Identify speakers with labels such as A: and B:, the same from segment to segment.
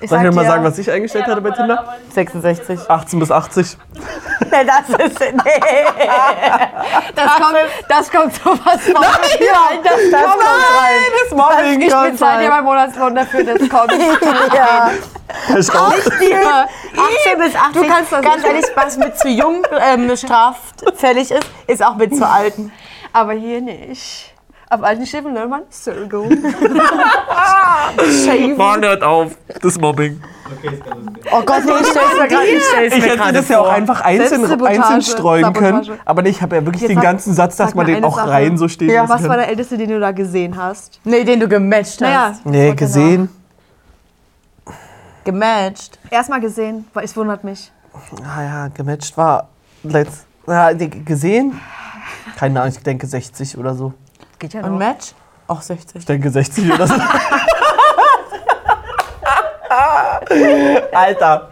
A: Ich
B: Soll ich
A: sag
B: mir mal
A: dir-
B: sagen, was ich eingestellt hatte bei Tinder?
A: 66.
B: 18 bis 80.
A: Nee, das ist. Nee.
C: Das kommt, das kommt sowas von.
A: Ja, das, das kommt rein.
B: das Mobbing
C: Ich
B: kann
C: bezahle dir
B: sein.
C: meinen Monatslohn dafür, das kommt.
A: Ja.
B: Ich raus.
A: Die 18 bis 18.
C: Du kannst das
A: Ganz
C: nicht.
A: ehrlich, was mit zu jung ähm, straffällig ist, ist auch mit zu alten.
C: Aber hier nicht. Auf alten Schiffen ne, nennt man Surgo.
B: Mann, hört auf. Das Mobbing.
A: Oh Gott, nee, ich stell's mir gerade ich stell's
B: Ich
A: mir
B: hätte
A: gerade
B: das ja auch
A: vor.
B: einfach einzeln,
C: Selbstsabotage,
B: einzeln streuen
C: Sabotage.
B: können. Aber nee, ich habe ja wirklich
C: Jetzt
B: den
C: sag-
B: ganzen Satz, dass
C: sag
B: man
C: mir
B: den
C: eine
B: auch
C: Sache.
B: rein so stehen
C: Ja,
B: lassen
C: was war
B: kann.
C: der älteste, den du da gesehen hast?
A: Nee, den du gematcht hast.
C: Naja, genau.
B: Nee, gesehen.
A: Gematcht.
C: erstmal gesehen, weil es wundert mich.
B: Naja, Ah gematcht war letzt. Ja, nee, gesehen? Keine Ahnung, ich denke 60 oder so.
C: Geht ja
A: Und Match? Auch 60.
B: Ich denke 60 oder so. Alter.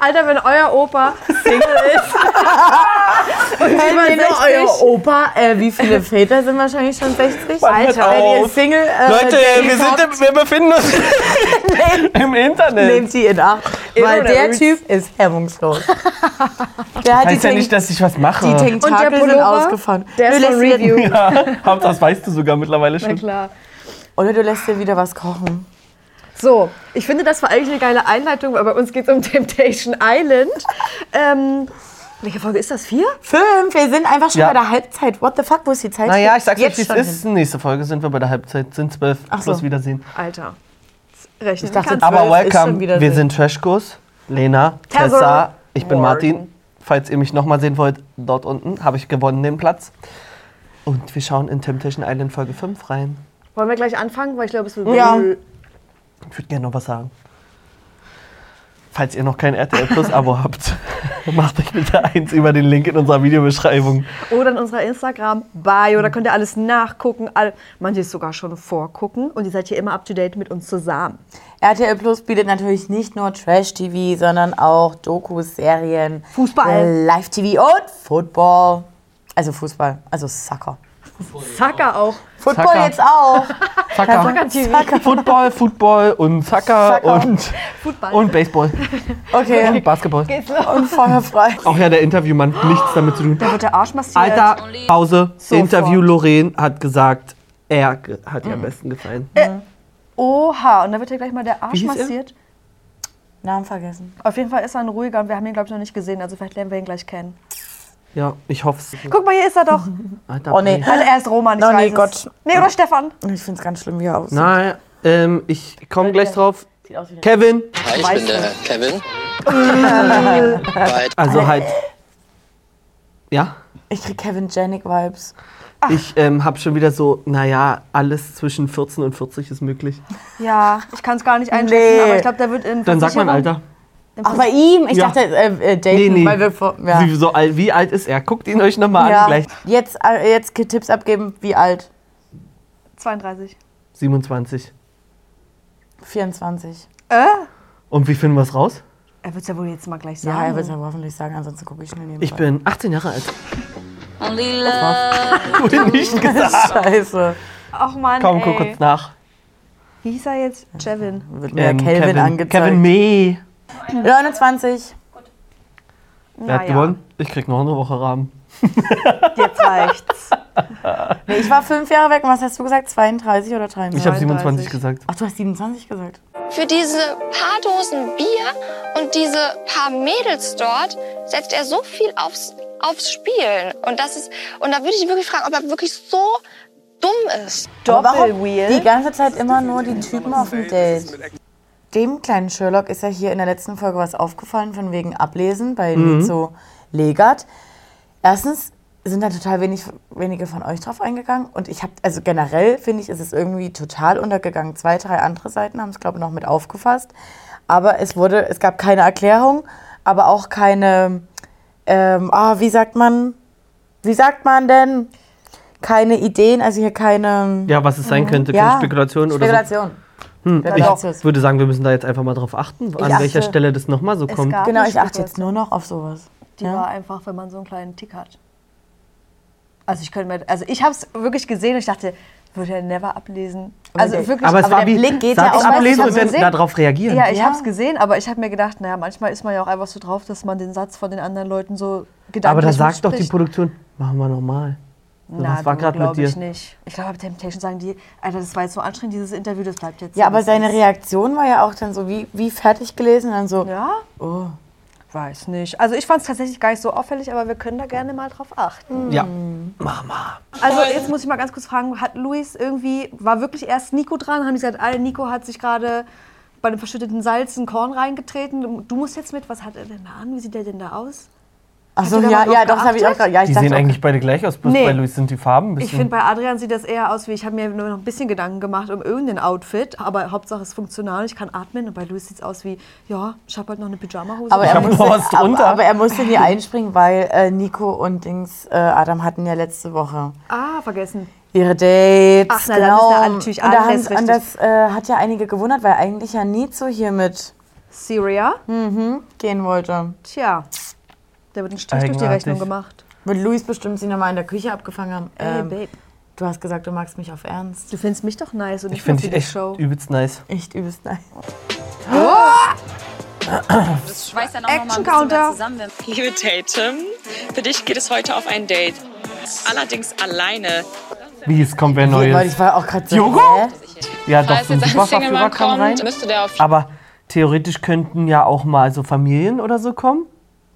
C: Alter, wenn euer Opa Single ist,
A: Über
C: über 60.
A: euer Opa, äh, wie viele Väter sind wahrscheinlich schon 60?
B: Mann, hört
A: Alter, wenn ihr
B: auf.
A: Single äh,
B: Leute, wir, sind im, wir befinden uns im Internet.
A: nehmt die in Acht. Weil
C: oder
A: der
C: übst.
A: Typ ist hemmungslos. Der hat Ah, die
B: Heißt ja
A: Tank-
B: nicht, dass ich was mache.
A: die
C: Und der
A: Tentakel sind
C: Pullover?
A: ausgefahren.
C: der
A: du
C: ist
A: lässt
C: von
A: dir,
C: Review.
B: ja, hab- das weißt du sogar mittlerweile
C: Na
B: schon.
C: klar.
A: oder du lässt dir wieder was kochen.
C: So, ich finde, das war eigentlich eine geile Einleitung, weil bei uns geht es um Temptation Island. ähm, welche Folge ist das? Vier?
A: Fünf, wir sind einfach schon
B: Ja.
A: bei der Halbzeit. What the fuck, wo ist die Zeit?
B: Naja, ich sag's euch,
A: Jetzt
B: wie es
A: schon
B: ist. Nächste Folge sind wir bei der Halbzeit. Sind zwölf.
A: Ach so.
B: Plus Wiedersehen.
C: Alter. Rechnen
A: Ich dachte,
C: kannst du.
B: Aber
A: Zwölf ist
B: welcome.
A: schon wieder
B: Wir
A: Sinn.
B: sind Trashkurs. Lena,
C: Heather,
B: Tessa, ich bin
C: Morgan.
B: Martin. Falls ihr mich nochmal sehen wollt, dort unten habe ich gewonnen den Platz. Und wir schauen in Temptation Island Folge 5 rein.
C: Wollen wir gleich anfangen? Weil ich glaube, es wird.
A: Ja.
B: Ich würde gerne noch was sagen. Falls ihr noch kein RTL Plus Abo habt, macht euch bitte eins über den Link in unserer Videobeschreibung.
C: Oder in unserer Instagram-Bio. Da könnt ihr alles nachgucken. All, manches sogar schon vorgucken. Und ihr seid hier immer up to date mit uns zusammen.
A: RTL Plus bietet natürlich nicht nur Trash-TV, sondern auch Dokus, Serien,
C: Fußball.
A: äh, Live-TV und Football. Also Fußball, also Soccer.
C: Zacker auch.
A: Football
B: Soccer.
A: jetzt auch.
B: Zacker. Football, Football und Zacker
A: Zacker.
B: und, und Baseball und
A: Okay,
B: Basketball.
A: und feuerfrei.
B: Auch ja, der Interviewmann hat nichts damit zu tun.
C: Da wird der Arsch massiert.
B: Alter, Pause. Interview Lorraine hat gesagt, er ge- hat ihr am besten gefallen.
C: Oha. Und da wird ja gleich mal der Arsch
B: hieß er?
C: massiert.
A: Namen vergessen.
C: Auf jeden Fall ist er ein ruhiger und wir haben ihn, glaube ich, noch nicht gesehen. Also vielleicht lernen wir ihn gleich kennen.
B: Ja, ich hoffe es.
C: Guck mal, hier ist er doch.
B: Alter,
A: Oh, nee.
B: Blech.
C: Also er ist Roman, ich
A: No,
C: weiß
A: nee,
C: es.
A: Gott.
C: Nee, oder Stefan.
A: Ich finde es ganz schlimm, wie er aussieht.
B: Nein, ähm, ich komme gleich drauf. Kevin.
D: Hi, ich bin der Kevin. Bei
B: Also halt. Ja?
A: Ich krieg Kevin Janik-Vibes.
B: Ich ähm, habe schon wieder so, naja, alles zwischen 14 und 40 ist möglich.
C: Ja, ich kann es gar nicht einschätzen,
A: Nee.
C: aber ich glaube, der wird in.
B: Dann sagt man
C: 40
B: Alter.
A: Ach, bei ihm? Ich
B: Ja.
A: dachte, äh, äh, Dayton,
B: Nee, nee.
A: weil wir vor... Ja.
B: Wie, so alt, wie alt ist er? Guckt ihn euch nochmal
A: ja.
B: an gleich.
A: Jetzt, äh, jetzt Tipps abgeben, wie alt?
C: 32.
B: 27.
A: 24.
C: Äh?
B: Und wie finden wir es raus?
C: Er wird es ja wohl jetzt mal gleich
A: Ja, er
C: sagen.
A: wird es aber hoffentlich sagen, ansonsten gucke ich schnell nebenbei.
B: Ich bin 18 Jahre alt.
E: Only love.
B: Wurde nicht gesagt.
A: Scheiße.
C: Ach man,
B: Komm,
C: ey.
B: guck kurz nach.
C: Wie hieß er jetzt? Jevin.
A: Wird mir
B: Ähm,
A: Kelvin Calvin angezeigt.
B: Kevin May.
A: 29.
B: Wer hat
C: Naja.
B: gewonnen? Ich krieg noch eine Woche Rahmen.
C: Jetzt reicht's.
A: Nee, ich war fünf Jahre weg. Und was hast du gesagt? 32 oder 33?
B: Ich habe
C: 33.
B: 27 gesagt.
A: Ach, du hast 27 gesagt.
F: Für diese paar Dosen Bier und diese paar Mädels dort setzt er so viel aufs, aufs Spielen. Und, das ist, und da würde ich wirklich fragen, ob er wirklich so dumm ist.
A: Aber warum Die
C: Doppelwheel.
A: ganze Zeit immer nur die Typen auf dem Date. Dem kleinen Sherlock ist ja hier in der letzten Folge was aufgefallen von wegen Ablesen bei Nizo Legat. Erstens sind da total wenig, wenige von euch drauf eingegangen und ich habe, also generell finde ich, ist es irgendwie total untergegangen. Zwei, drei andere Seiten haben es, glaube ich, noch mit aufgefasst. Aber es wurde, es gab keine Erklärung, aber auch keine, ähm, ah, wie sagt man, wie sagt man denn? Keine Ideen, also hier keine...
B: Ja, was es sein könnte.
A: Ja.
B: Keine Spekulation oder so. Hm,
A: Spekulation. Spekulation.
B: Ich würde sagen, wir müssen da jetzt einfach mal drauf achten, an
A: achte.
B: welcher Stelle das nochmal so kommt.
C: gab-
A: Genau, ich achte jetzt nur noch auf sowas.
C: Die war einfach, wenn man so einen kleinen Tick hat. Also ich könnte mir, also ich habe es wirklich gesehen und ich dachte, würde er never ablesen. Also
A: der-
C: wirklich,
B: Aber es war
A: der
B: wie
A: Blick geht ja
B: Satz
A: auch mal-
B: ablesen
A: Ich
B: und
A: hab's
B: dann
C: gesehen.
B: darauf reagieren.
C: Ja, ich
A: Ja.
C: habe es gesehen, aber ich habe mir gedacht, naja, manchmal ist man ja auch einfach so drauf, dass man den Satz von den anderen Leuten so gedanklich
B: aber da sagt doch die
C: mitspricht.
B: Produktion, machen wir normal. So,
C: Na,
B: was war
C: du,
B: gerade
C: glaub
B: mit dir?
C: Ich, nicht. ich glaube, bei Temptation sagen die, Alter, das war jetzt so anstrengend, dieses Interview, das bleibt jetzt. so,
A: Ja, aber
C: das
A: seine
C: ist-
A: Reaktion war ja auch dann so wie, wie fertig gelesen und dann so,
C: Ja?
A: oh.
C: Weiß nicht. Also ich fand es tatsächlich gar nicht so auffällig, aber wir können da gerne mal drauf achten.
B: Ja, mach mal.
C: Also jetzt muss ich mal ganz kurz fragen, hat Luis irgendwie, war wirklich erst Nico dran? Haben die gesagt, alle Nico hat sich gerade bei dem verschütteten Salz ein Korn reingetreten. Du musst jetzt mit, was hat er denn da an? Wie sieht er denn da aus?
A: Ach so,
C: Habt ihr da
A: ja,
C: mal
A: ja,
C: drauf
A: doch, das habe ich auch
C: geachtet?
A: gerade. Ja, ich
B: Die
A: dachte
B: sehen
A: auch-
B: eigentlich beide gleich aus, bloß
C: Nee.
B: bei Luis sind die Farben ein
C: Ich
B: bisschen.
C: finde, bei Adrian sieht das eher aus wie, ich habe mir nur noch ein bisschen Gedanken gemacht um irgendein Outfit, aber Hauptsache es ist funktional, ich kann atmen. Und bei Luis sieht es aus wie, ja, ich habe halt noch eine Pyjama-Hose.
A: aber,
B: Ich
A: er
B: hab
A: musste,
B: noch was drunter.
A: aber, aber er musste hier einspringen, weil äh, Nico und Dings äh, Adam hatten ja letzte Woche
C: ah, vergessen.
A: ihre Dates.
C: Ach, na, dann
A: genau.
C: ist er natürlich
A: und, da
C: alles
A: haben, und das äh, hat ja einige gewundert, weil eigentlich ja Nizo hier mit
C: Syria,
B: Hm.
A: gehen wollte.
C: tja, der wird ein Strich durch die
B: Eigenartig.
C: Rechnung gemacht.
A: Mit Luis bestimmt sie nochmal in der Küche abgefangen haben.
C: Ey,
A: Ähm,
C: Babe,
A: Du hast gesagt, du magst mich auf Ernst.
C: du findest mich doch nice und
B: ich
C: ich,
B: finde
C: finde
B: dich
C: die
B: echt
C: Show.
B: übelst nice.
A: Echt übelst nice.
E: Das schweißt dann auch noch mal ein bisschen
C: Action-Counter.
E: mehr zusammen. wenn-
D: Liebe Tatum, für dich geht es heute auf ein Date. Allerdings alleine.
B: Wie, es kommt wer
A: Weil
B: Neues.
A: ich war auch gerade so.
B: Joghurt?
A: hä?
B: Ja, doch,
G: Falls
B: so ein
G: jetzt ein
B: Superverführer
G: Single-Mann
B: kann
G: kommt,
B: rein.
G: müsste der auf
B: Aber theoretisch könnten ja auch mal so Familien oder so kommen.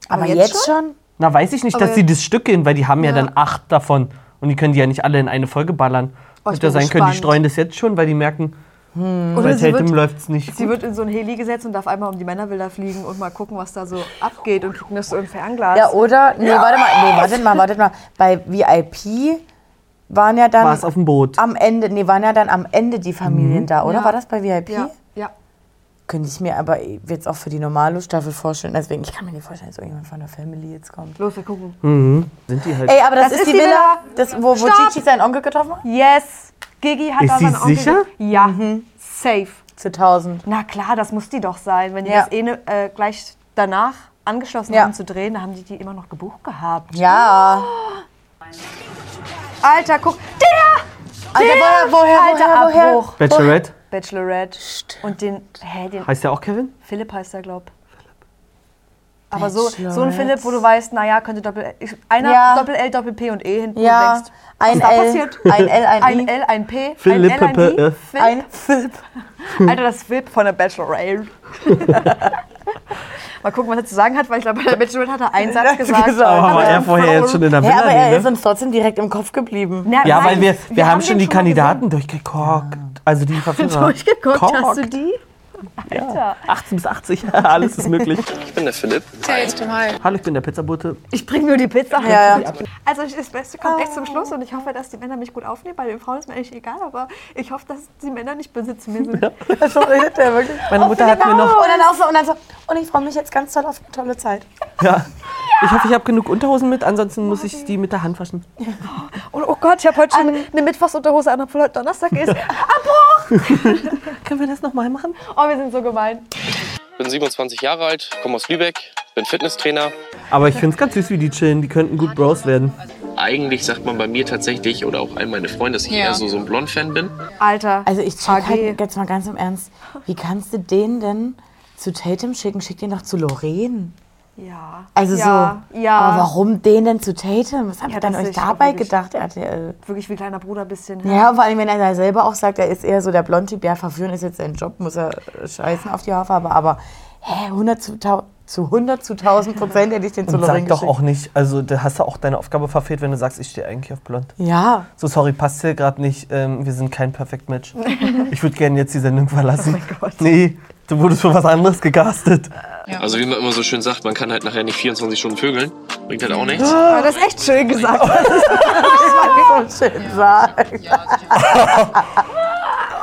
A: Aber,
C: jetzt
A: jetzt schon?
B: Na, weiß ich nicht, dass sie das Stück gehen, weil die haben ja, dann acht davon. Und die können die ja nicht alle in eine Folge ballern.
C: Oh, ich
B: Hätte ja
C: bin
B: sein können, die
C: gespannt.
B: streuen das jetzt schon, weil die merken, bei
C: Oder sie
B: Tatum
C: wird,
B: läuft es nicht.
C: sie
B: gut.
C: wird in so ein Heli gesetzt und darf einmal um die Männerbilder fliegen und mal gucken, was da so abgeht und kriegt noch so ein Fernglas.
A: Ja, oder? Nee, warte mal. Nee, wartet mal, wartet mal. Bei VIP waren ja dann Ah,
B: War es auf dem Boot.
A: am Ende, nee, waren ja dann am Ende die Familien da, oder?
C: Ja.
A: War das bei VIP?
C: ja, ja.
A: Könnte ich mir aber jetzt auch für die normale Staffel vorstellen. Deswegen, ich kann mir nicht vorstellen, dass irgendjemand von der Family jetzt kommt.
C: Los, wir gucken.
B: Sind die halt.
A: Ey, aber das,
C: Das
A: ist, die Villa, das, wo, wo
C: Stopp!
A: Gigi seinen Onkel getroffen hat?
C: Yes! Gigi hat
B: Ist
C: da
B: sie
C: seinen Onkel.
B: sicher? Mhm.
C: Ja, safe.
A: Zu 1000.
C: Na klar, das muss die doch sein. Wenn die
A: Ja.
C: das eh ne, äh, gleich danach angeschlossen
A: Ja.
C: haben zu drehen, da haben die die immer noch gebucht gehabt.
A: Ja.
C: Alter, guck. Der!
A: Alter, woher, woher,
C: Alter
A: woher, woher?
C: Abbruch.
B: Bachelorette
C: Bachelorette. Und den, hä, den
B: heißt der auch Kevin?
C: Philipp heißt er, glaub. Aber so, so ein
A: Bachelorette.
C: Philipp, wo du weißt, naja, könnte Doppel ich- einer
A: Ja.
C: Doppel L, Doppel P und E hinten und
A: Ja,
C: denkst, was
A: ein L,
C: ist da passiert?
A: ein L, ein,
C: Ein
A: I,
C: L, ein P, ein
B: Philipp,
C: L, ein
B: P,
C: I.
B: F.
C: Philipp.
A: ein Philipp.
C: Alter, das Flip von der Bachelorette. Mal gucken, was er zu sagen hat, weil ich glaube, bei der Bachelorette hat er einen Satz gesagt.
A: Gesagt.
B: genau,
A: Aber
B: Aber Oh, war er vorher jetzt schon in der
A: Hä,
B: Villa?
A: aber
B: nee,
A: er
B: ne?
A: ist uns trotzdem direkt im Kopf geblieben.
C: Na,
B: Ja,
C: nein,
B: weil wir, wir, haben schon
C: den
B: die
C: mal
B: Kandidaten durchgeguckt. Also die
C: gesehen.
B: Verführer.
C: Durchgeguckt, hast du
B: Geguckt.
C: die?
B: Ja. 18 bis 80, alles ist möglich.
H: Ich bin der Philipp.
G: Tatum halt.
B: Hallo, ich bin der Pizzabote.
C: Ich bringe nur die Pizza mit.
A: Ja, ja.
C: Also ich- das Beste kommt echt zum
B: Oh.
C: Schluss und ich hoffe, dass die Männer mich gut aufnehmen. Bei den Frauen ist mir eigentlich egal, aber ich hoffe, dass die Männer nicht besitzen mir sind.
A: So redet er wirklich.
B: Meine Mutter hat mir noch.
A: genau. Und dann auch so, und dann so, und ich freue mich jetzt ganz toll auf eine tolle Zeit.
B: Ja. Ich hoffe, ich habe genug Unterhosen mit, ansonsten muss ich die mit der Hand waschen.
C: Und oh Gott, ich habe heute schon eine Mittwochsunterhose an, obwohl heute Donnerstag ist. Abbruch!
B: Können wir das nochmal machen?
C: Oh, wir sind so gemein.
H: Bin 27 Jahre alt, komme aus Lübeck, bin Fitnesstrainer.
B: Aber ich finde es ganz süß, wie die chillen. Die könnten gut Bros werden.
H: Eigentlich sagt man bei mir tatsächlich oder auch all meine Freunde, dass ich
G: Ja.
H: eher so, so ein Blond-Fan bin.
C: Alter.
A: Also ich check
C: AG.
A: halt jetzt mal ganz im Ernst, wie kannst du den denn zu Tatum schicken? Schick den doch zu Lorraine.
C: ja.
A: Also
C: ja,
A: so,
C: ja.
A: aber warum den denn zu Tatum? Was habt
C: Ja,
A: ihr dann
C: das
A: euch
C: ist ja
A: dabei
C: wirklich-
A: gedacht, RTL?
C: Wirklich wie kleiner Bruder ein bisschen.
A: Ja, und vor allem, wenn er da selber auch sagt, er ist eher so der Blondtyp, ja, verführen ist jetzt sein Job, muss er äh, scheißen auf die Haarfarbe, aber hä, 100 zu, tau- zu 100 zu 1000 Prozent hätte ich den zu
B: Und
A: Lorraine
B: sag doch
A: geschickt.
B: auch nicht, also da hast du auch deine Aufgabe verfehlt, wenn du sagst, ich stehe eigentlich auf blond.
A: Ja,
B: So, sorry, passt hier gerade nicht. Ähm, wir sind kein Perfect Match. Ich würde gerne jetzt die Sendung verlassen. Oh mein Gott. Nee, du wurdest für was anderes gecastet.
H: Also wie man immer so schön sagt, man kann halt nachher nicht 24 Stunden vögeln. Bringt halt auch nichts.
C: Aber das ist echt schön gesagt.
A: so schön sagen.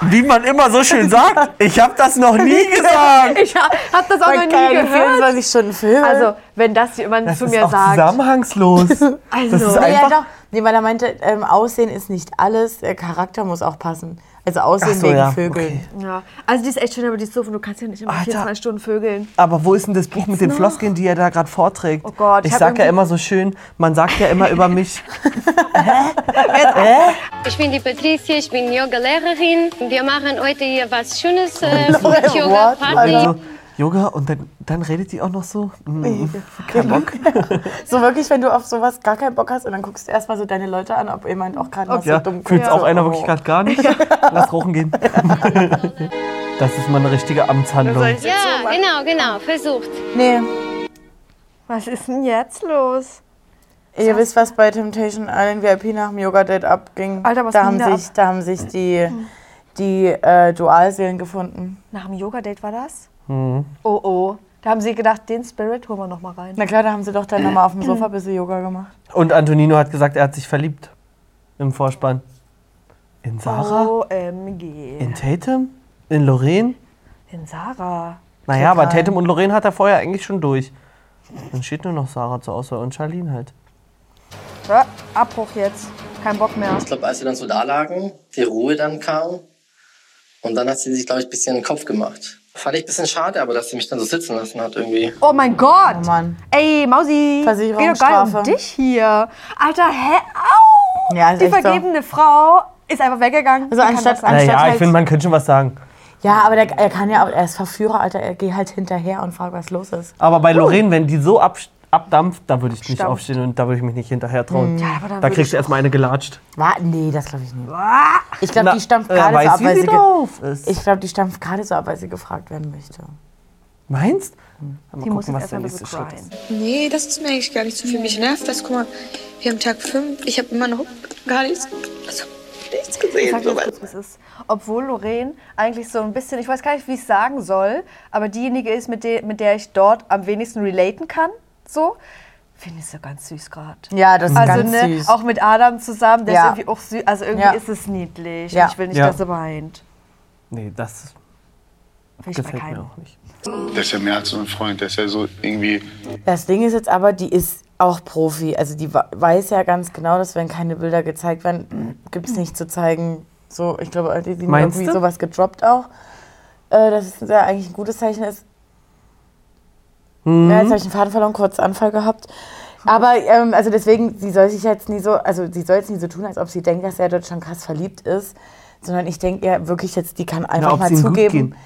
B: Wie man immer so schön sagt, ich habe das noch nie gesagt.
C: Ich hab, hab das auch noch
A: Man
C: nie
A: kann ja die
C: gehört.
A: 24 Stunden Filme.
C: Also, wenn das jemand
B: Das
C: zu
B: ist
C: mir
B: auch
C: sagt.
B: zusammenhangslos.
C: Also,
B: das ist
C: ja,
A: Nee, ja,
B: einfach.
A: doch. Nee, weil er meinte, ähm, Aussehen ist nicht alles, der Charakter muss auch passen. Also Aussehen
B: Ach so,
A: wegen
B: ja,
A: Vögeln.
B: okay.
C: Ja. Also die ist echt schön, aber die ist doof und du kannst ja nicht immer
B: Alter.
C: 24 Stunden vögeln.
B: Aber wo ist denn das Buch mit den Floskeln, die er da gerade vorträgt?
C: Oh Gott,
B: ich
C: ich hab
B: sag ja
C: irgendwie-
B: immer so schön, man sagt ja immer über mich. Äh?
G: Ich bin die Patricia, ich bin Yoga-Lehrerin. Wir machen heute hier was Schönes äh, mit Yoga-Party.
B: Also, Yoga und dann, dann redet die auch noch so. Mm, kein Bock.
A: So wirklich, wenn du auf sowas gar keinen Bock hast und dann guckst du erstmal so deine Leute an, ob jemand auch gerade was
B: Ja,
A: so dumm
B: fühlt's
A: guckt.
B: auch einer
A: Oh.
B: wirklich gerade gar nicht. Lass rauchen gehen. Das ist mal eine richtige Amtshandlung.
G: Ja, genau, genau, versucht.
A: Nee,
C: Was ist denn jetzt los?
A: ihr wisst, was bei Temptation Island VIP nach dem Yoga-Date abging.
C: Alter, was
A: da
C: ging
A: haben
C: da
A: sich, Da haben sich die, die äh, Dualseelen gefunden.
C: Nach dem Yoga-Date war das?
B: Mhm.
C: Oh oh. Da haben sie gedacht, den Spirit holen wir nochmal rein.
A: Na klar, da haben sie doch dann nochmal auf dem Sofa ein bisschen Yoga gemacht.
B: Und Antonino hat gesagt, er hat sich verliebt. Im Vorspann. In Sarah?
C: Oh. OMG.
B: In Tatum? In Lorraine?
C: In Sarah.
B: Naja, aber
A: Total.
B: Tatum und Lorraine hat er vorher eigentlich schon durch. Dann steht nur noch Sarah zur Auswahl und Charlene halt.
C: Ja, Abbruch jetzt. Kein Bock mehr.
I: Ich glaube, als wir dann so da lagen, die Ruhe dann kam und dann hat sie sich, glaube ich, ein bisschen den Kopf gemacht. Fand ich ein bisschen schade, aber dass sie mich dann so sitzen lassen hat irgendwie.
C: Oh mein Gott!
A: Mann.
C: Ey, Mausi, geht doch gar nicht um
A: Versicherungsstrafe.
C: dich hier. Alter, hä? Au!
A: Ja, ist
C: Die
A: echt so.
C: vergebene Frau ist einfach weggegangen. Die
A: Also
C: kann
A: anstatt-
C: das sein.
A: Anstatt
B: Naja, ich
A: halt-
B: finde, man könnte schon was sagen.
A: Ja, aber der, er kann ja auch, er ist Verführer, Alter, er geht halt hinterher und fragt, was los ist.
B: Aber bei Lorraine, wenn die so ab, abdampft, da würde ich nicht
C: Stampft.
B: aufstehen und da würde ich mich nicht hinterher trauen.
C: aber dann
B: da
C: würde
B: kriegst du erstmal eine gelatscht.
A: War, nee, das glaube ich nicht. Ich glaube, die stampft
B: äh,
A: gerade so
B: weiß,
A: ab,
B: wie
A: weil
B: sie
A: sie ge-
B: drauf ist.
A: ich glaube, die stampft gerade so ab, weil sie gefragt werden möchte.
B: Meinst? Mal
C: Die muss
B: gucken,
C: jetzt
B: was der
C: erstmal
B: nächste
C: so
B: Schritt ist.
C: cryen.
J: Nee, das ist mir eigentlich gar nicht so viel. Mich nervt das. Guck mal, wir haben Tag 5. Ich habe immer noch gar nichts, also nichts
C: Ich
J: gesehen.
C: sag dir jetzt kurz, was es ist. Obwohl Lorraine eigentlich so ein bisschen, ich weiß gar nicht, wie ich es sagen soll, aber diejenige ist, mit der, mit der ich dort am wenigsten relaten kann, so, finde ich so ganz süß gerade.
A: Ja, das ist
C: Also
A: ganz
C: ne,
A: süß.
C: auch mit Adam zusammen, der
A: Ja.
C: ist irgendwie auch süß, also irgendwie
A: Ja.
C: ist es niedlich.
A: Ja.
C: Ich will nicht,
B: Ja.
C: dass er weint.
B: Nee, das
C: Vielleicht bei
B: gefällt mir
C: keinem.
B: auch nicht.
G: Das ist ja mehr als nur ein Freund, das ist ja so irgendwie
A: Das Ding ist jetzt aber, die ist auch Profi. Also die wa- weiß ja ganz genau, dass wenn keine Bilder gezeigt werden, gibt es nicht zu zeigen. So, ich glaube, die sind
B: Meinst
A: irgendwie
B: du?
A: sowas gedroppt auch. Äh, dass es ja eigentlich ein gutes Zeichen ist.
B: Hm.
A: Ja, jetzt habe ich den Faden verloren, kurz Anfall gehabt. Aber ähm, also deswegen, sie soll sich jetzt nie so, also sie soll jetzt nie so tun, als ob sie denkt, dass er dort schon krass verliebt ist. Sondern ich denke ja wirklich jetzt, die kann einfach
B: Na, ob's
A: mal
B: ihm gut
A: zugeben,
B: geht.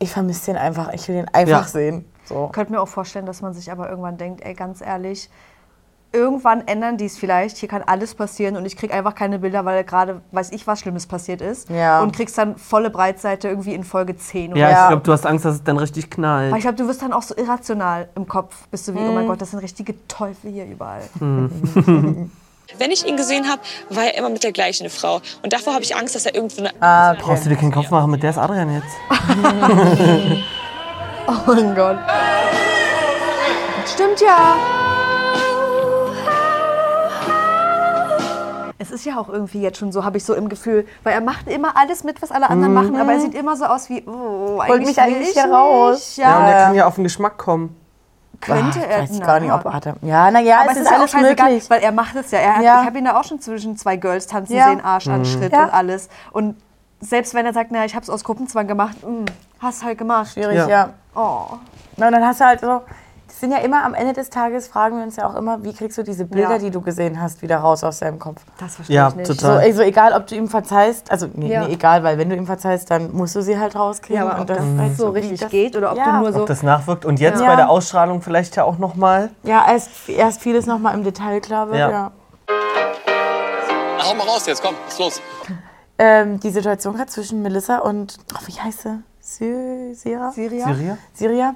A: ich vermisse den einfach, ich will den einfach
B: Ja.
A: sehen. So.
C: Ich könnte mir auch vorstellen, dass man sich aber irgendwann denkt, ey, ganz ehrlich, irgendwann ändern die es vielleicht. Hier kann alles passieren und ich krieg einfach keine Bilder, weil gerade weiß ich, was Schlimmes passiert ist.
A: Ja.
C: Und kriegst dann volle Breitseite irgendwie in Folge 10 oder
B: Ja,
A: Ja.
B: ich glaube, du hast Angst, dass es dann richtig knallt.
C: Weil ich glaube, du wirst dann auch so irrational im Kopf. Bist du wie, oh mein Gott, das sind richtige Teufel hier überall.
D: Wenn ich ihn gesehen habe, war er immer mit der gleichen Frau. Und davor habe ich Angst, dass er irgendwo eine
A: Ah, okay.
B: Brauchst du dir keinen Kopf machen, mit der ist Adrian jetzt.
C: Oh mein Gott. Stimmt ja. Es ist ja auch irgendwie jetzt schon so, habe ich so im Gefühl, weil er macht immer alles mit, was alle anderen machen, aber er sieht immer so aus wie, oh, eigentlich
A: Mhm. mich
C: will
A: eigentlich
C: ich
A: hier raus.
C: nicht. Ja,
B: und der kann ja auf den Geschmack kommen.
C: könnte er.
A: ne, Weiß ich
C: äh, na,
A: gar nicht, ob Adam. Ja, naja,
C: aber
A: es ist, alles
C: ja auch scheißegal,
A: möglich.
C: weil er macht es ja. Er hat,
A: Ja.
C: Ich habe ihn da auch schon zwischen zwei Girls tanzen
A: Ja.
C: sehen, Arsch an Schritt
A: Ja.
C: und alles. Und selbst wenn er sagt, naja, ich habe es aus Gruppenzwang gemacht, mh, hast halt gemacht.
A: Schwierig,
B: Ja.
A: ja.
C: Oh.
A: Na, und dann hast du halt so. Das sind ja immer am Ende des Tages, fragen wir uns ja auch immer, wie kriegst du diese Bilder,
C: Ja.
A: die du gesehen hast, wieder raus aus deinem Kopf?
C: Das verstehe
B: Ja,
C: ich nicht.
A: So,
B: total.
A: also egal, ob du ihm verzeihst, also nee,
C: Ja.
A: nee, egal, weil wenn du ihm verzeihst, dann musst du sie halt rauskriegen.
C: Ja, aber ob
A: und
C: das,
A: halt
C: so
A: wie
C: richtig
A: das-
C: geht oder ob
A: Ja.
C: du nur so.
B: Ob das nachwirkt. Und jetzt
A: Ja.
B: bei der Ausstrahlung vielleicht ja auch nochmal.
A: Ja, erst, erst vieles nochmal im Detail klar wird.
B: Ja.
A: Ja.
H: Hau mal raus jetzt, komm, ist los.
A: Ähm, die Situation gerade zwischen Melissa und, oh, wie heißt sie? Sy Syra?
C: Syria?
B: Syria?
A: Syria.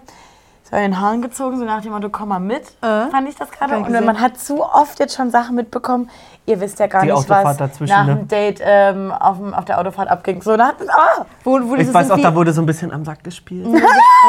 A: So an den Haaren gezogen, so nach dem Motto, komm mal mit,
C: Äh.
A: fand ich das gerade.
C: Hab ich
A: Und man hat zu oft jetzt schon Sachen mitbekommen, ihr wisst ja gar
B: Die
A: nicht,
B: Autofahrt
A: was
B: dazwischen,
A: nach
B: ne?
A: dem Date ähm, auf, dem, auf der Autofahrt abging. So, da hat ah,
C: Wo, wo
B: Ich
C: dieses
B: weiß auch,
C: irgendwie-
B: da wurde so ein bisschen am Sack gespielt.
C: Also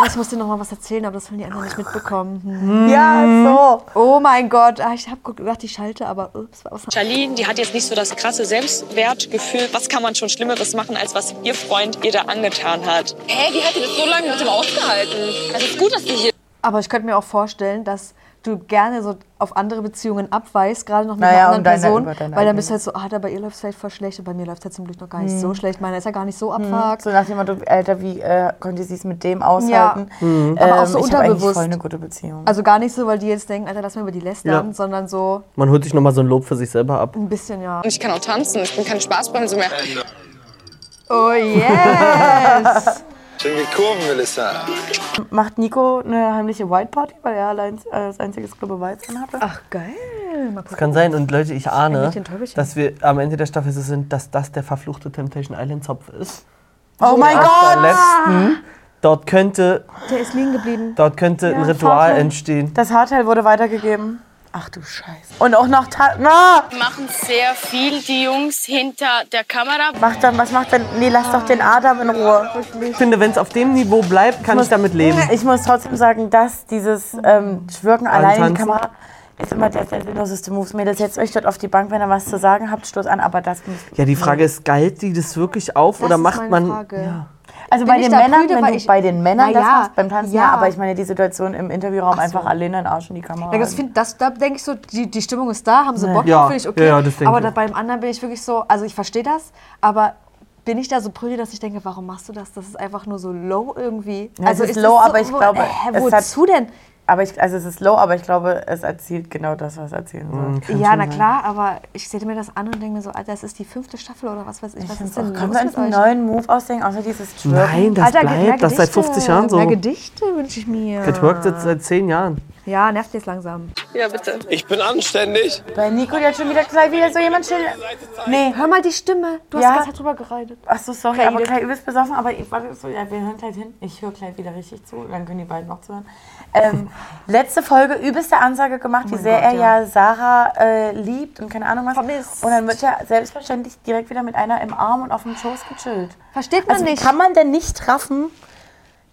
C: ich muss dir noch mal was erzählen, aber das wollen die anderen
A: Ah.
C: nicht mitbekommen. Hm.
A: ja, so.
C: Oh mein Gott, ah, ich habe gedacht, ich schalte, aber ups, war aus.
D: Charlene, die hat jetzt nicht so das krasse Selbstwertgefühl. Was kann man schon Schlimmeres machen, als was ihr Freund ihr da angetan hat?
E: Hey, die hat das so lange mit dem ausgehalten. Also es ist gut, dass die hier
C: Aber ich könnte mir auch vorstellen, dass du gerne so auf andere Beziehungen abweist, gerade noch mit
A: Naja,
C: einer
A: und
C: anderen
A: deine-
C: Person,
A: über deine
C: weil dann
A: eigene.
C: bist du halt so, ah, da bei ihr läuft es vielleicht voll schlecht und bei mir läuft es halt zum Glück noch gar nicht
A: Hm.
C: so schlecht. Meiner ist ja gar nicht so
A: Mhm.
C: abfuckt.
A: So nach dem Motto, Alter, wie äh, konnte sie es mit dem aushalten? Ähm,
C: Ja. Mhm. Aber auch so
A: ich hab eigentlich
C: unterbewusst.
A: voll eine gute Beziehung.
C: Also gar nicht so, weil die jetzt denken, Alter, lass mal über die lästern,
B: Ja.
C: sondern so
B: Man holt sich nochmal so ein Lob für sich selber ab.
C: ein bisschen, ja.
D: Und ich kann auch tanzen, ich bin keine Spaßbremse mehr.
H: Äh.
C: Oh yes!
K: Schöne Kurven, Melissa.
A: Macht Nico eine heimliche White Party, weil er allein äh, als einziges Club Weizen hatte?
C: Ach, geil. Mal
B: Das kann sein. Und Leute, ich ahne,
C: Engelchen, Teufelchen.
B: dass wir am Ende der Staffel so sind, dass das der verfluchte Temptation Island Zopf ist.
A: Oh mein
B: Aus
A: Gott!
B: Der letzten. Dort könnte,
C: Der ist liegen geblieben.
B: dort könnte ein
A: Ja,
B: Ritual
A: Vater.
B: entstehen.
A: Das Haarteil wurde weitergegeben. Ach du Scheiße. Und auch noch. Ta na!
L: Machen sehr viel die Jungs hinter der Kamera.
A: Macht dann, was macht denn. Nee, lass doch den Adam in Ruhe.
B: Ich finde, wenn es auf dem Niveau bleibt, kann ich, damit leben.
A: Ich muss trotzdem sagen, dass dieses ähm, Schwirken allein in die
B: Antanzen.
A: Kamera ist immer der, der sinnloseste Move. Mädels, setzt euch dort auf die Bank, wenn ihr was zu sagen habt, stoßt an, aber das muss.
B: Ja, die Frage ist, galt die das wirklich auf
A: Das
B: oder
A: ist
B: macht
A: meine
B: man.
A: Frage.
B: Ja.
A: Also
C: Bin
A: bei
C: ich
A: den,
C: da
A: Männern,
C: prüde,
A: wenn
C: weil
A: du
C: ich-
A: bei den Männern
C: Na
A: das
C: ja,
A: machst, beim Tanzen ja.
C: ja.
A: aber ich meine die Situation im Interviewraum einfach alleine in den Arsch in die Kamera.
C: Ja, das find, das, da denke ich so, die, die Stimmung ist da, haben sie
A: Nee.
C: Bock,
A: Ja,
C: drauf, finde ich okay.
A: ja, ja, das denk
C: aber
A: ich
C: da,
A: auch.
C: beim anderen bin ich wirklich so, also ich verstehe das, aber bin ich da so prüde, dass ich denke, warum machst du das? Das ist einfach nur so low irgendwie. Also
A: Ja, es ist low,
C: so,
A: aber ich
C: wo-
A: glaube,
C: Hä,
A: es hat-
C: wozu denn?
A: aber ich, also es ist low, aber ich glaube, es erzielt genau das, was es erzielen
B: Mhm.
A: soll.
C: Ja, na klar, aber ich sehe mir das an und denke mir so, Alter, das ist die fünfte Staffel oder was weiß ich. was ist denn
A: Können
C: los
A: wir
C: mit
A: uns einen
C: euch?
A: neuen Move ausdenken, außer dieses Twerken?
B: Nein, das
C: Alter, ge- mehr
B: bleibt. Das ist seit 50 Jahren so.
C: Mehr Gedichte wünsche ich mir.
B: Getworkt jetzt seit 10 Jahren.
C: Ja, nervt jetzt langsam.
K: Ja, bitte. Ich bin anständig.
A: Bei Nico, der hat schon wieder gleich wieder so jemand still. Nee.
C: Hör mal die Stimme. Du hast
A: Ja?
C: die ganze Zeit drüber geredet.
A: Ach so, sorry,
C: Kai,
A: aber
C: du-
A: Kai, du bist besoffen, aber ich, warte, so, ja, wir hören gleich hin. Ich höre gleich wieder richtig zu, dann können die beiden noch zuhören. Ähm, letzte Folge, übelste Ansage
C: Oh
A: gemacht, wie
M: mein
A: sehr
M: Gott,
A: er
M: ja.
A: ja Sarah äh, liebt und keine Ahnung was. Und dann wird ja selbstverständlich direkt wieder mit einer im Arm und auf dem Schoß gechillt.
C: Versteht man
A: also,
C: nicht.
A: Kann man denn nicht raffen,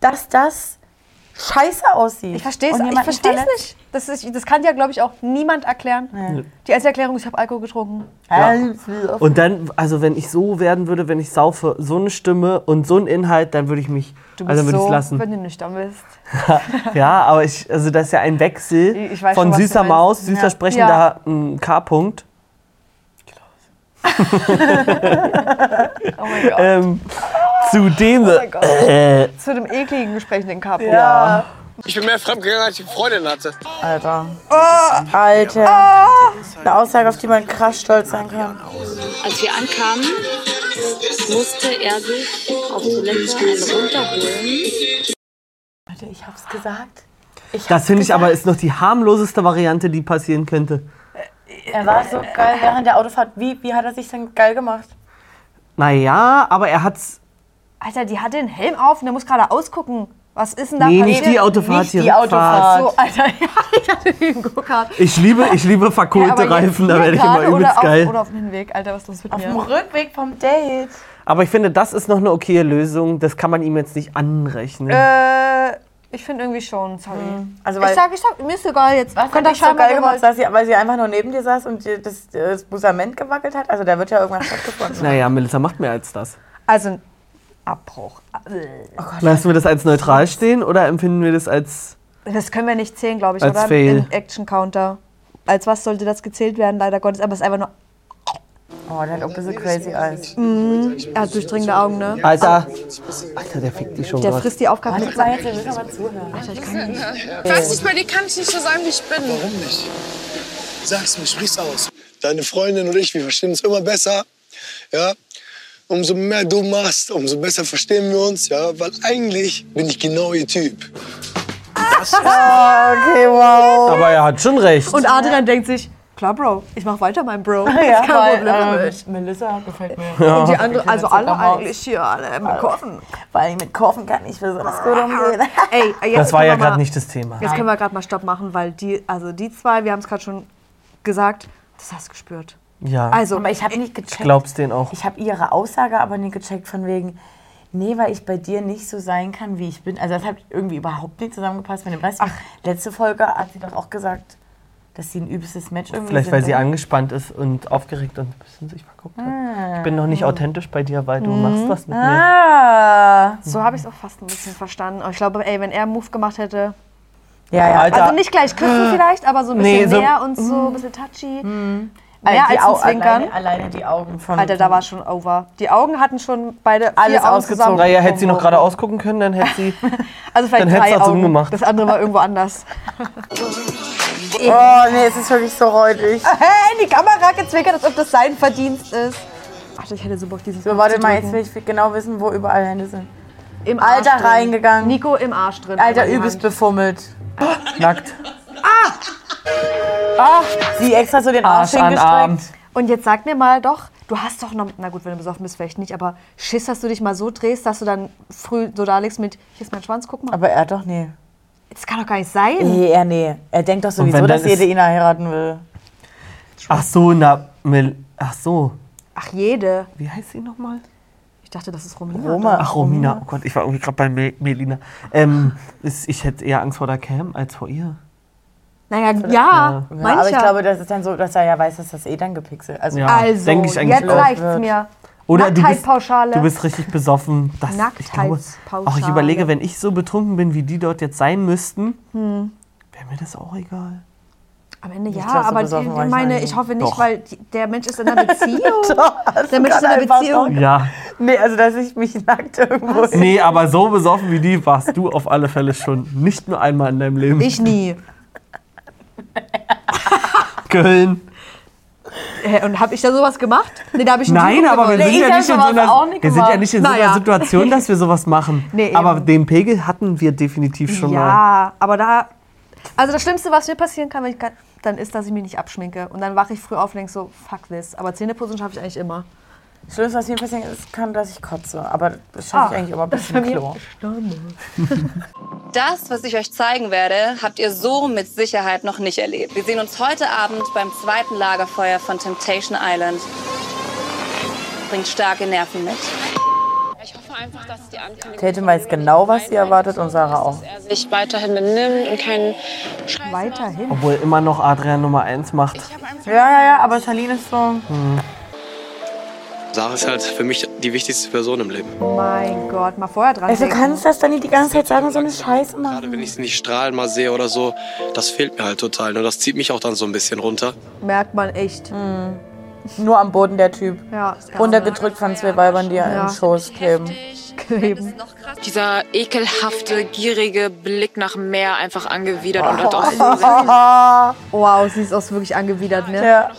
A: dass das scheiße aussieht?
C: Ich verstehe es
A: Und
C: ich
A: jemanden
C: versteh's
A: verletzt?
C: nicht. Das, ist, das kann ja, glaube ich, auch niemand erklären.
A: Nee.
C: Die einzige Erklärung ist, ich habe Alkohol getrunken.
B: Ja. Und dann, also wenn ich so werden würde, wenn ich saufe, so eine Stimme und so ein Inhalt, dann würde ich mich,
C: du bist
B: also würde
C: so,
B: ich lassen.
C: wenn du nüchtern bist.
B: ja, aber ich, also das ist ja ein Wechsel
C: Ich- ich weiß
B: von
C: schon, was du
B: süßer
C: meinst.
B: Maus, süßer
C: Ja.
B: sprechender m, K-Punkt.
C: Oh mein Gott.
B: Ähm, zu dem.
C: Oh mein Gott.
B: Äh,
C: Zu dem ekligen Gespräch in den Cup.
B: Ja.
K: Ich bin mehr fremdgegangen, als ich Freundin hatte.
A: Alter. Alter. Eine Aussage, auf die man krass stolz sein kann.
N: Als wir ankamen, musste er sich auf Toilette einen runterholen.
A: Leute, ich hab's gesagt. Ich
B: das
A: hab's
B: finde ich
A: gesagt.
B: aber ist noch die harmloseste Variante, die passieren könnte.
A: Er war so geil während der Autofahrt. Wie, wie hat er sich denn geil gemacht?
B: Naja, aber er hat's.
C: Alter, die hat den Helm auf und der muss gerade ausgucken. Was ist denn da
B: Nee,
C: passiert?
B: nicht die Autofahrt,
C: Nicht
B: die
C: die Autofahrt.
B: Rückfahrt.
C: So, Alter, ja, ich hatte den Go-Kart.
B: Ich liebe, ich liebe
C: Ja, aber
B: verkohlte
C: jetzt
B: Reifen, da
C: hier
B: werde ich immer
C: gerade
B: übelst
C: oder auf,
B: geil.
C: Oder auf dem Hinweg, Alter, was ist los mit mir?
A: Auf dem Rückweg vom Date.
B: Aber ich finde, das ist noch eine okaye Lösung. Das kann man ihm jetzt nicht anrechnen.
C: Äh, ich finde irgendwie schon, sorry.
A: Also, weil-
C: ich sag, ich sag, mir ist egal jetzt.
A: Was
C: Könnt
A: hat
C: ihr
A: dich so
C: schreiben,
A: geil
C: was
A: gemacht, dass sie, weil sie einfach nur neben dir saß und dir das, das Busament gewackelt hat? Also da wird ja irgendwas stattgefunden.
B: Naja, Melissa macht mehr als das.
C: Also ein Abbruch. Äh,
B: Lassen wir das als neutral stehen oder empfinden wir das als.
C: Das können wir nicht zählen, glaube ich,
B: Als
C: oder?
B: Fail.
C: Im Action-Counter. Als was sollte das gezählt werden, leider Gottes, aber es ist einfach nur
A: Oh, der hat auch ein bisschen crazy Eyes.
C: mm, er hat durchdringende Augen, ne?
B: Alter! Also, Alter, der fickt die schon
C: Der
B: grad.
C: frisst die Aufgabe mit
A: Manchmal jetzt, wir müssen aber zuhören.
D: Weiß nicht, bei dir kann ich nicht so sagen, wie ich bin.
K: Warum nicht? Sag's mir, sprich's aus. Deine Freundin und ich, wir verstehen uns immer besser. Ja? Umso mehr du machst, umso besser verstehen wir uns, ja? Weil eigentlich bin ich genau ihr Typ.
A: Ah, okay, wow.
B: Aber er hat schon recht.
C: Und Adrian denkt sich, klar, Bro, ich mach weiter, mein Bro. Das
A: Ja,
C: ist kein
A: weil,
C: Problem
A: ähm,
C: mit.
A: Melissa gefällt mir.
B: Ja.
C: Und die andere, also alle
A: Zuckermaus.
C: eigentlich hier, alle
A: Äh,
C: im Korfen.
A: Vor allem mit Korfen kann ich besonders gut umgehen.
C: Ah. Ey, jetzt
B: Das war
C: können
B: ja
C: wir mal-
B: gerade nicht das Thema.
C: Jetzt können wir gerade mal Stopp machen, weil die, also die zwei, wir haben es gerade schon gesagt, das hast du gespürt.
B: Ja.
C: Also,
A: aber ich habe nicht gecheckt.
B: Glaubst den auch?
A: Ich habe ihre Aussage aber nie gecheckt von wegen, nee, weil ich bei dir nicht so sein kann, wie ich bin. Also das hat irgendwie überhaupt nicht zusammengepasst mit dem Rest. Ach, letzte Folge hat sie doch auch gesagt, dass sie ein übelstes Match irgendwie
B: Vielleicht,
A: sind, ne?
B: weil sie
A: oder?
B: angespannt ist und aufgeregt und ein bisschen sich verguckt
C: Ah.
B: hat. Ich bin noch nicht
A: Hm.
B: authentisch bei dir, weil du
A: Mhm.
B: machst das mit mir.
A: Ah.
C: so habe ich es auch fast ein bisschen verstanden. Und ich glaube, ey, wenn er einen Move gemacht hätte,
A: Ja, ja.
B: Alter.
C: Also nicht gleich küssen vielleicht, aber so ein
B: Nee,
C: bisschen
B: so-
C: mehr und so ein bisschen touchy.
A: Also
C: Mehr
A: die
C: als ein
A: Au-
C: Zwinkern.
A: Alleine, alleine die Augen von.
C: Alter, da war schon over. Die Augen hatten schon beide
A: Alles
C: vier Augen
A: ausgezogen.
C: Zusammen.
B: Naja, hätte sie noch gerade ausgucken können, dann hätte sie.
C: Also vielleicht
B: dann hätt's
C: drei
B: auch so
C: Augen.
B: gemacht.
C: Das andere war irgendwo anders.
A: Oh nee, es ist wirklich so räudig.
C: Hey, in die Kamera gezwinkert, als ob das sein Verdienst ist. Ach, ich hätte so Bock, dieses
A: So,
C: Buch
A: warte
C: zu
A: mal,
C: drücken.
A: jetzt will ich genau wissen, wo überall Hände sind.
C: Im
A: Alter,
C: Arsch drin.
A: reingegangen.
C: Nico im Arsch drin.
A: Alter,
C: Die
A: übelst
C: Hand.
A: befummelt.
B: Nackt.
A: Ah, sie extra so den Ah. Arsch,
B: Arsch an Arm.
A: hingestreckt.
C: Und jetzt sag mir mal doch, du hast doch noch, na gut, wenn du besoffen bist, vielleicht nicht, aber Schiss, dass du dich mal so drehst, dass du dann früh so da liegst mit, hier ist mein Schwanz, guck mal.
A: Aber er doch, nee.
C: Das kann doch gar nicht sein.
A: Nee, er nee. Er denkt doch
B: wenn,
A: sowieso,
B: dann
A: dass jede
B: ist-
A: ihn heiraten will.
B: Ach so, na. Mel Ach so.
C: Ach, jede.
B: Wie heißt sie nochmal?
C: Ich dachte, das ist Romina.
A: Roma.
B: Ach, Romina. Oh Gott, ich war irgendwie gerade bei Mel Melina. Ähm, ist, ich hätte eher Angst vor der Cam als vor ihr.
C: Naja, ja,
A: Ja,
C: mancher.
A: aber ich glaube, das ist dann so, dass er ja weiß, dass das eh dann gepixelt. Also,
B: Ja.
C: also,
B: denk ich eigentlich
C: jetzt
B: auch.
C: reicht's mir. halt
B: Oder du bist,
C: Nacktheitpauschale.
B: du bist richtig besoffen. Das, ich glaube,
C: Nacktheitspauschale.
B: auch ich überlege, wenn ich so betrunken bin, wie die dort jetzt sein müssten, wäre mir das auch egal.
C: Am Ende ja,
A: glaub, so
C: aber
A: besoffen
C: die,
A: war
C: ich
A: ich
C: meine,
A: eigentlich
C: ich hoffe nicht,
B: Doch.
C: weil die, der Mensch ist in einer Beziehung.
A: hast
C: der
A: du
C: Mensch ist in einer
A: gerade einfach
C: Beziehung.
B: Ja.
A: nee, also dass ich mich nackt irgendwo.
B: Nee, aber so besoffen wie die warst du auf alle Fälle schon nicht nur einmal in deinem Leben.
C: Ich nie.
B: Köln.
C: Hä, Und habe ich da sowas gemacht? Nee, da habe ich einen
B: Nein,
C: Joke
B: aber wir
C: gemacht.
B: sind,
A: ich
B: ja
A: hab
B: nicht in so
A: sowas auch
B: einer,
A: nicht
B: wir sind ja
A: gemacht.
B: nicht in so einer
C: Naja.
B: Situation, dass wir sowas machen.
C: Nee,
B: aber
C: eben.
B: den Pegel hatten wir definitiv schon mal.
C: Ja, aber da. Also das Schlimmste, was mir passieren kann, wenn ich kann, dann ist, dass ich mich nicht abschminke. Und dann wache ich früh auf und denke so, fuck this. Aber Zähneputzen schaffe ich eigentlich immer.
A: Das Schlimmste, was mir passieren ist, kann, dass ich kotze. Aber das schaffe ich
C: Ah,
A: eigentlich immer bis zum Klo.
N: Das, was ich euch zeigen werde, habt ihr so mit Sicherheit noch nicht erlebt. Wir sehen uns heute Abend beim zweiten Lagerfeuer von Temptation Island. Bringt starke Nerven mit.
E: Ich hoffe einfach, dass die Ankündigung
A: Tatum weiß genau, was sie erwartet und Sarah auch.
E: sich weiterhin benimmt und keinen
C: Weiterhin.
B: Obwohl immer noch Adrian Nummer 1 macht.
A: Ja, ja, ja, aber Charlene ist so.
H: Sarah ist halt für mich die wichtigste Person im Leben.
C: Mein Gott, mal vorher dran
A: Also
C: denken.
A: kannst du das dann nicht die ganze Zeit sagen, so eine Scheiße machen?
H: Gerade wenn ich sie nicht strahlen mal sehe oder so, das fehlt mir halt total. Und das zieht mich auch dann so ein bisschen runter.
C: Merkt man echt.
A: Mhm. Nur am Boden der Typ.
C: Ja.
A: Runtergedrückt von zwei Weibern, die er in den Schoß kleben.
C: Kleben.
E: Dieser äh, ekelhafte, gierige Blick nach dem Meer einfach angewidert und hat auch
C: Wow, sie ist auch wirklich angewidert, ne?
A: Ja.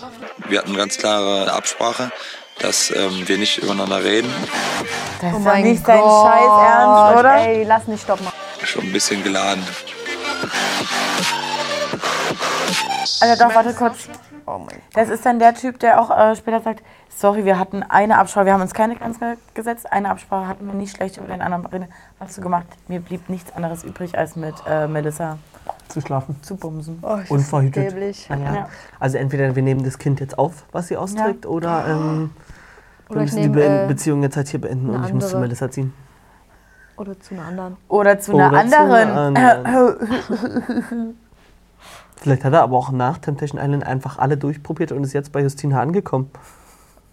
M: Wir hatten ganz klare Absprache, dass ähm, wir nicht übereinander reden.
A: Das
C: Oh
A: ist doch
C: mein
A: nicht dein
C: Gott,
A: Scheiß Ernst, oder?
C: Ey, lass nicht stoppen.
M: Schon ein bisschen geladen.
A: Alter, doch, warte kurz.
C: Oh
A: Das ist dann der Typ, der auch äh, später sagt, sorry, wir hatten eine Absprache, wir haben uns keine Grenzen gesetzt, eine Absprache hatten wir nicht schlecht über den anderen reden. Was hast du gemacht? Mir blieb nichts anderes übrig, als mit äh, Melissa
B: Zu schlafen.
A: zu bumsen.
C: Oh, ich bin
B: Unverhütet.
C: dämlich.
B: Naja.
A: Ja.
B: Also entweder wir nehmen das Kind jetzt auf, was sie austrägt, oder ähm, wir
C: Oder ich
B: müssen die
C: nehme,
B: Be
C: äh,
B: Beziehung jetzt halt hier beenden und
C: eine
B: ich muss zu
C: andere.
B: Melissa ziehen.
C: Oder zu einer anderen.
A: Oder zu einer
B: Oder zu einer
A: anderen.
B: Vielleicht hat er aber auch nach Temptation Island einfach alle durchprobiert und ist jetzt bei Justina angekommen.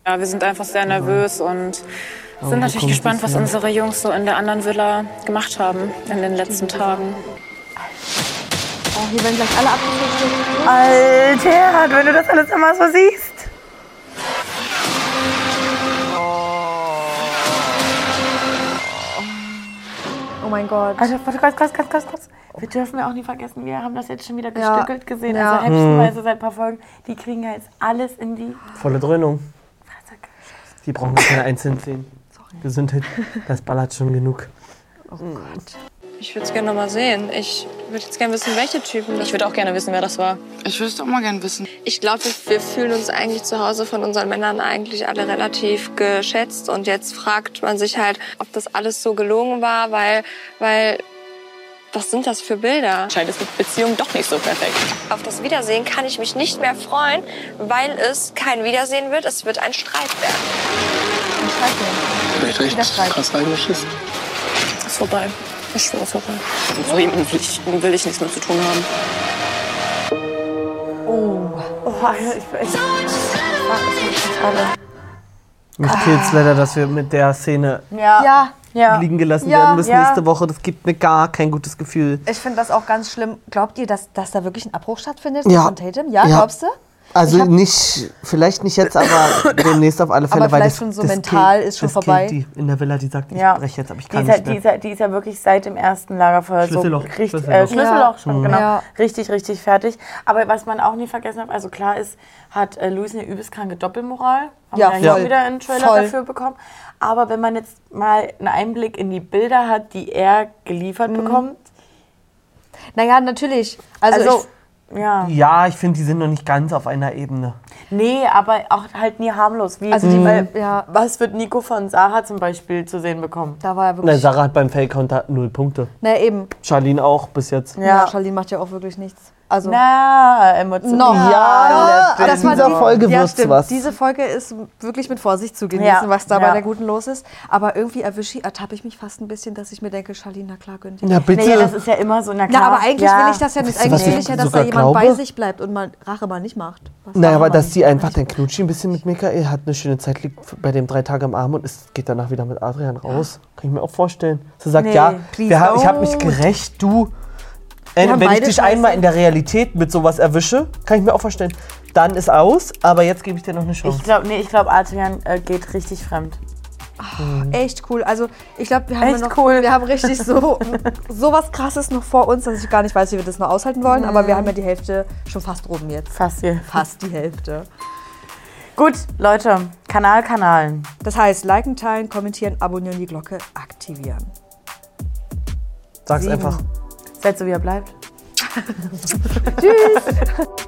E: Ja, wir sind einfach sehr nervös und
B: wo
E: sind natürlich
B: Oh, kommt
E: gespannt,
B: das
E: was
B: her?
E: unsere Jungs so in der anderen Villa gemacht haben in den letzten Tagen.
C: Oh, hier werden gleich alle abgeschnitten.
A: Alter, wenn du das alles immer so siehst.
C: Oh mein Gott.
A: Alter, Also, warte, kurz, kurz, kurz, kurz, kurz. Wir dürfen ja auch nie vergessen, wir haben das jetzt schon wieder
C: Ja.
A: gestückelt gesehen.
C: Ja.
B: Hm.
A: Also häppchenweise seit ein paar Folgen. Die kriegen ja jetzt alles in die
B: Volle Dröhnung.
A: Fresse.
B: Die brauchen wir keine einzeln sehen. Gesundheit, das ballert schon genug.
D: Ich würde es gerne noch mal sehen. Ich würde jetzt gerne wissen, welche Typen. Ich würde auch gerne wissen, wer das war.
N: Ich würde es auch mal gern wissen.
F: Ich glaube, wir fühlen uns eigentlich zu Hause von unseren Männern eigentlich alle relativ geschätzt. Und jetzt fragt man sich halt, ob das alles so gelogen war, weil, weil, was sind das für Bilder?
D: Anscheinend ist die Beziehung doch nicht so perfekt.
F: Auf das Wiedersehen kann ich mich nicht mehr freuen, weil es kein Wiedersehen wird. Es wird ein Streit werden.
K: Vielleicht recht krass reingeschissen.
E: Ist vorbei. Ich schwöre, vorbei. Mit so jemandem will ich, will ich nichts mehr zu tun haben.
A: Oh, Alter, ich bin echt. Ach, das ist alles.
B: Mich ah. leider, dass wir mit der Szene
A: Ja.
C: Ja,
A: Ja.
B: liegen gelassen
C: Ja,
B: werden müssen
C: ja.
B: nächste Woche. Das gibt mir gar kein gutes Gefühl.
C: Ich finde das auch ganz schlimm. Glaubt ihr, dass, dass da wirklich ein Abbruch stattfindet
B: Ja.
C: von Tatum? Ja,
B: Ja.
C: glaubst du?
B: Also
C: Ich hab-
B: nicht, vielleicht nicht jetzt, aber demnächst auf alle Fälle.
C: Aber
B: weil
C: vielleicht
B: das,
C: schon so
B: das
C: mental
B: killt-
C: ist schon
B: das killt
C: vorbei.
B: Die in der Villa, die sagt, ich
A: Ja.
B: breche jetzt, aber ich
A: Die
B: kann
A: ist, ja,
C: halt-
B: nicht
A: die,
B: mehr.
A: ist ja, die ist ja wirklich seit dem ersten Lagerfeuer
B: Schlüsselloch,
A: so richtig,
B: Schlüsselloch.
A: Äh, Schlüsselloch
B: Ja.
A: schon,
B: Mhm.
A: genau.
B: Ja.
A: Richtig, richtig fertig. Aber was man auch nie vergessen darf, also klar ist, hat äh, Louis eine übelst kranke Doppelmoral. Haben
C: Ja,
A: wir ja
C: voll.
A: hier wieder einen Trailer
C: Voll.
A: dafür bekommen. Aber wenn man jetzt mal einen Einblick in die Bilder hat, die er geliefert
B: Mhm.
A: bekommt.
C: Naja, natürlich. Also
A: ja.
B: Ja, ich finde, die sind noch nicht ganz auf einer Ebene.
A: Nee, aber auch halt nie harmlos. Wie,
B: Also die-
A: weil, Was wird Nico von Sarah zum Beispiel zu sehen bekommen?
C: Da war er
B: Na, Sarah hat beim Fake-Counter null Punkte.
C: Na eben.
B: Charlene auch bis jetzt.
C: Ja. Charlene macht ja auch wirklich nichts. Also
A: Na, emotional.
C: Noch.
B: Ja,
C: Ja,
B: das war dieser
C: die-
B: Folge
C: ja,
B: wird's
C: stimmt.
B: was.
C: Diese Folge ist wirklich mit Vorsicht zu genießen,
A: Ja,
C: was da bei
A: ja.
C: der Guten los ist. Aber irgendwie erwische ich, ertappe ich mich fast ein bisschen, dass ich mir denke, Charlene, na klar, gönnt ihr.
B: Na, bitte.
A: Nee, das ist ja immer so, na
C: Na,
A: klar.
C: aber eigentlich
A: ja.
C: will ich das ja nicht.
B: Weißt du,
C: Eigentlich
B: was ich
C: will ich ja, dass da
B: sogar
C: jemand bei
B: glaube?
C: sich bleibt und mal Rache mal nicht macht. Was
B: Naja,
C: Rache
B: aber
C: mal
B: dass
C: nicht
B: die einfach den Knutschi ein bisschen mit Michael hat, eine schöne Zeit, liegt bei dem drei Tage am Arm und ist, geht danach wieder mit Adrian raus. Kann ich mir auch vorstellen. Sie sagt,
C: Nee,
B: ja,
C: please
B: wir haben, ich habe
C: don't.
B: mich gerecht, du.
C: Wir
B: Äh,
C: haben
B: wenn ich
C: beide
B: dich
C: Scheiße.
B: einmal in der Realität mit sowas erwische, kann ich mir auch vorstellen, dann ist aus, aber jetzt gebe ich dir noch eine Chance.
A: Ich glaube, nee, ich glaube, Adrian äh, geht richtig fremd.
C: Echt cool. Also ich glaube, wir haben
A: Echt
C: noch,
A: cool.
C: wir haben richtig so sowas Krasses noch vor uns, dass ich gar nicht weiß, wie wir das noch aushalten wollen. Aber wir haben ja die Hälfte schon fast oben jetzt.
A: Fast hier.
C: Fast die Hälfte.
A: Gut, Leute, Kanal, Kanalen.
C: Das heißt, liken, teilen, kommentieren, abonnieren, die Glocke aktivieren.
B: Sag's
A: Sieben.
B: einfach.
A: Seid so, wie ihr bleibt.
C: Tschüss.